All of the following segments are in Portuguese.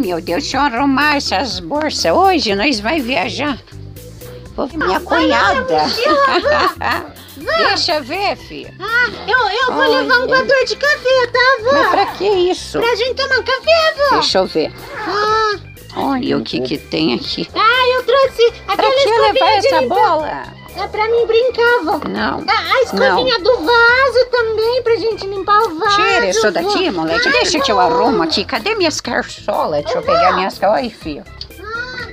meu Deus, deixa eu arrumar essas bolsas. Hoje nós vamos viajar. Vou Tá ver minha cunhada. deixa eu ver, filha. Ah, eu, eu vou Olha. levar um coador de café, tá, Mas avó? pra que isso? Pra gente tomar um café, avó. Deixa eu ver. Ah, Olha o que que tem aqui. ah, eu trouxe Pra aquela que levar escovinha de essa limpar. bola? É pra mim brincar, avó. Não. A, a escovinha do vaso também, pra gente limpar o vaso. Tira isso daqui, avó. moleque. Ai, Deixa que eu vó. arrumo aqui. Cadê minhas carçolas? Deixa eu pegar minhas carçolas. Oi, filho. Ah,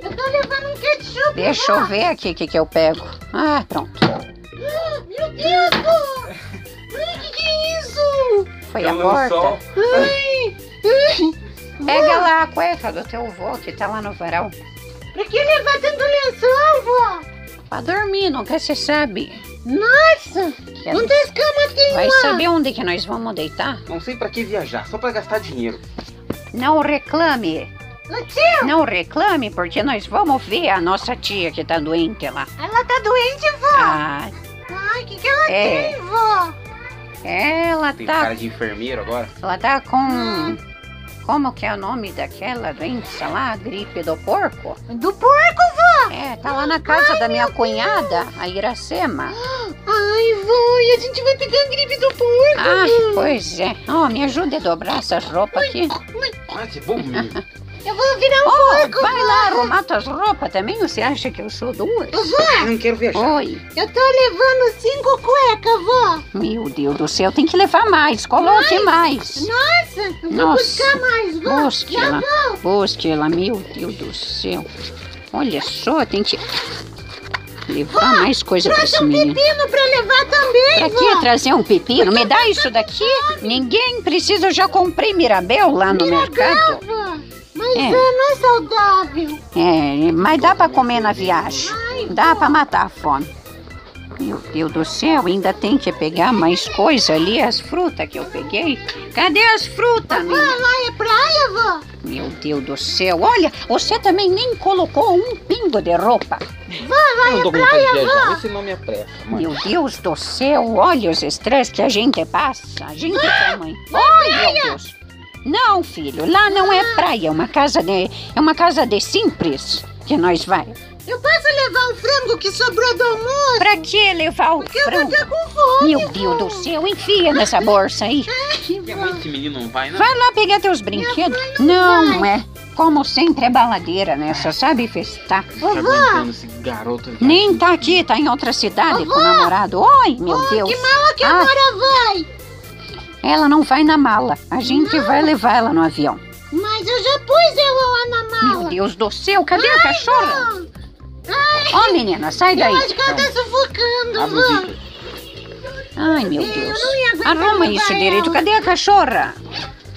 eu tô levando um ketchup, Deixa avó. eu ver aqui o que, que eu pego. Ah, pronto. Ah, Meu Deus, avó. Ai, que que é isso? Foi É a um lençol. porta. Ai, ai. Pega Vó, lá a cueca do teu avô que tá lá no varal. Pra que levar tanto lençol, vó? Pra dormir, nunca se sabe. Nossa, não tem escama aqui, Vai vó. saber onde que nós vamos deitar? Não sei pra que viajar, só pra gastar dinheiro. Não reclame. Ô, tio, Não reclame, porque nós vamos ver a nossa tia que tá doente lá. ela tá doente, vó. Ah, Ai, que que ela É. tem, vó? ela Tem tá cara de enfermeiro agora. Ela tá com. Como que é o nome daquela doença lá? Gripe do porco? Do porco, vó. É, tá lá na casa da minha cunhada, a Iracema. Ai, vó, e a gente vai pegar a gripe do porco, Ah, vó. pois é. Ó, me ajuda a dobrar essas roupas aqui. Ah, que bom menino. Eu vou virar um Ó, porco, Oh, vai vó. lá arrumar tuas roupas também? Você acha que eu sou duas? Ô, Vó, Não quero viajar. Oi, eu tô levando cinco cuecas, vó. meu Deus do céu, tem que levar mais, coloque mais. Nossa, eu vou Nossa. buscar mais, vó. Busque Já lá, vou. busque lá, meu Deus do céu. Olha só, tem que levar mais coisa pra Trouxe esse um menino. pepino pra levar também, Pra vó. que trazer um pepino? Me dá isso daqui? Ninguém precisa, eu já comprei Mirabel lá no mercado. Vó, Mas É. é. não é saudável. É, mas dá pra comer na viagem. Dá pra matar a fome. Meu Deus do céu, ainda tem que pegar mais coisa ali, as frutas que eu peguei. Cadê as frutas, Vó, menina? lá é praia, vó. Meu Deus do céu, olha, você também nem colocou um pingo de roupa. Eu não tô com vontade de viajar. Esse nome é pressa, mãe. Meu Deus do céu, olha os estresses que a gente passa. A gente também. Olha, meu Deus. Não, filho, lá não é praia, é uma casa de é uma casa de simples que nós vai. Eu posso levar o frango que sobrou do almoço? Pra que levar o Porque eu vou frango? ficar com fome. É? Meu Deus do céu, enfia nessa bolsa aí. Que mãe esse menino não vai, não? Vai lá pegar teus brinquedos. Não, não é. Como sempre é baladeira, né? Só sabe festar. Não tá aguentando esse garoto. Nem tá aqui, tá em outra cidade com o Vovó! namorado. Oi, meu Oh, Deus. Que mala que Ah. agora vai. Ela não vai na mala. A gente vai levar ela no avião. Mas eu já pus ela lá na Meu mala. Deus tá do céu, cadê a cachorra? Vó, Ai, Ó, menina, sai eu daí. acho que ela tá sufocando, Abre o vó. É, bico. Ai, meu Eu Deus. Ah, não ia aguentar Arruma levar isso ela. direito, cadê a cachorra?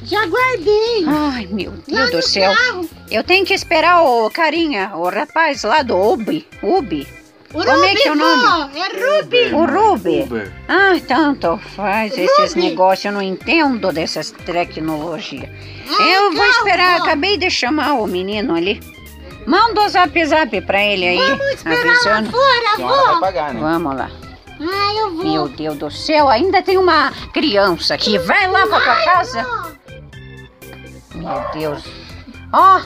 Já guardei. Ai, meu Lá Deus do no céu. carro. Eu tenho que esperar o carinha, o rapaz lá do Ubi. Ubi. O Como é que é o Ruby, nome? vó. É Ruby. O Ruby. Uber. Ah, tanto faz esses Ruby. negócios, eu não entendo dessas tecnologias. Ai, Eu vou calma, esperar, É vó. acabei de chamar o menino ali. Manda o zap zap pra ele aí, Vamos esperar lá avisando. fora, A senhora vai vó. pagar, né? Vamos lá. Ai, eu vou. Meu Deus do céu, ainda tem uma criança aqui. Vai lá pra tua Ai, casa. vó. Meu Deus. Ó.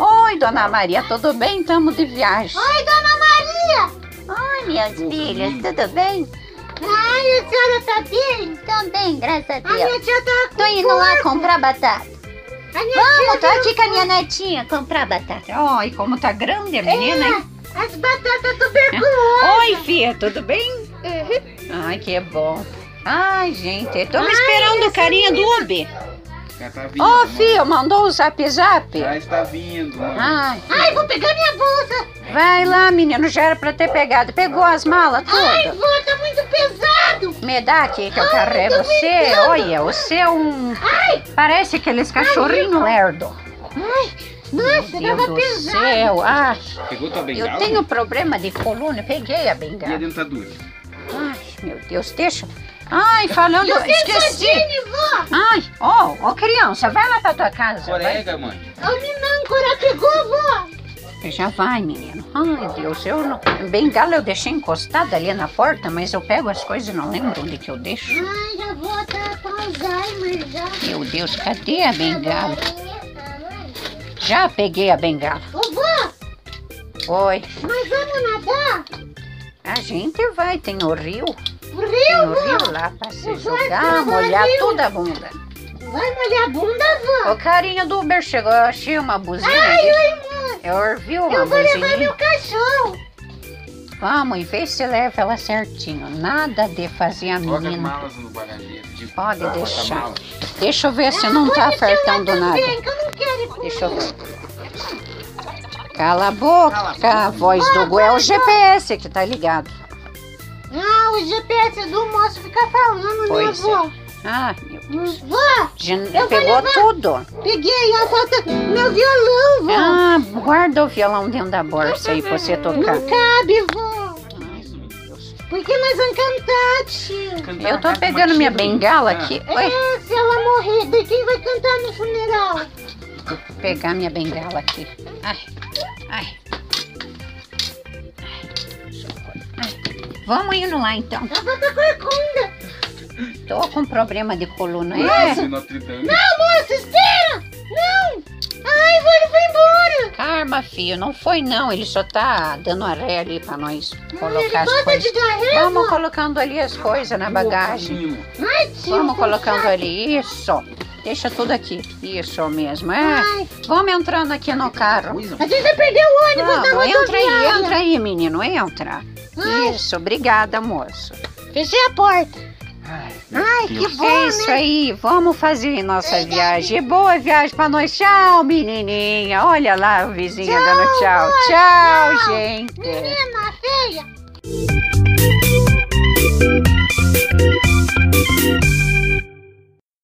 Oi, dona Maria, tudo bem? Estamos de viagem. Oi, dona Maria. Oi, meus filhos, tudo bem? Ai, a senhora tá bem? Tão Então bem, graças a A minha Deus. tia tá com Tô indo lá comprar batata. A minha Vamos, tô tia tá aqui com a minha netinha comprar batata. Oi, como tá grande a menina. hein? É, as batatas tuberculosas. Oi, filha, tudo bem? É, Ai, que bom. Ai, gente, tô me esperando o carinha do Uber. Já tá vindo. Ô, mãe. filho, Ah, mandou o zap zap. Já está vindo, mãe. Ai, Ai, vou pegar minha bolsa. vai lá, menino, já era pra ter pegado. Pegou as malas, Ai, tudo. vó, tá muito pesado. Me dá aqui que eu Ai, carrego tô você. brincando. Olha, você é um Ai, Parece aqueles cachorrinhos lerdo. ai. Nossa, Meu Deus tava do pesado. céu. Ai, Pegou tua bengala? eu tenho problema de coluna. Peguei a E a bengala. dentadura? Ai, meu Deus, deixa. Ai, falando. Eu Esqueci. Esqueci. vó. Ai, ó, ô criança, vai lá pra tua casa. vai. Corega, mãe. A minha âncora pegou, vó. Já vai, menino. Ai, Deus, eu não. Bengala eu deixei encostada ali na porta, mas eu pego as coisas e não lembro onde que eu deixo. Ai, já vou tá com Alzheimer já. Meu Deus, cadê a bengala? Ai, Já peguei a bengala. né? Ô, vó, Oi. nós vamos nadar A gente vai, tem o rio. pro Tem rio, o rio vó. lá pra se Vai jogar, tomar molhar rio. toda a bunda. Vai molhar a bunda, vó. O carinha do Uber chegou, eu achei uma buzina. Ai, ali. oi, moço. eu ouvi uma Eu vou levar buzininha. meu cachorro. Vamos e vê se leva ela certinho. Nada de fazer a Coloca as menina. malas no bagageiro. de- Pode Coloca a deixar. mala. Deixa eu ver se Ah, não tá apertando nada. Vem, um que eu não quero ir com Deixa eu ver. Cala a boca, a voz do Gu é o GPS que tá ligado. Ah, o GPS do moço fica falando, né, Pois é. vó? Ah, meu Deus. Vó, Já vou pegou levar. Hum. tudo. peguei a falta meu violão, vó. Ah, guarda o violão dentro da bolsa aí pra você tocar. Não cabe, vó. Ai, meu Deus. Porque nós vamos cantar, tio. Cantar Eu na tô casa do pegando minha Matilde. bengala Ah, aqui. Oi. É, se ela morrer, daí quem vai cantar no funeral? pegar minha bengala aqui. Ai, ai. Ai. Vamos indo lá então. Ela vai pra corcunda. Tô com problema de coluna. Nasce É. em Notre Dame. Não, moço, Ah, espera! Não! Ai, vó, ele foi embora. Karma, filho, não foi não. Ele só tá dando a ré ali pra nós colocar ele as gosta de coisas. dar ré, Vamos vó. colocando ali as coisas na bagagem. Menino, Ai, tio. Vamos um puxa. colocando ali. Isso. Deixa tudo aqui. Isso mesmo. É. Ai, Vamos entrando aqui no carro. coisa. a gente vai perder o ônibus da Vamos, rodoviária. entra aí, entra aí, menino, entra. Ai. Isso, obrigada, moço. Fechei a porta. Ai, Ai, Deus. que É bom, isso né? aí, vamos fazer nossa Obrigada. viagem. Boa viagem pra nós. Tchau, menininha. Olha lá o vizinho Tchau, dando tchau. moço, Tchau, tchau. gente. Menina feia.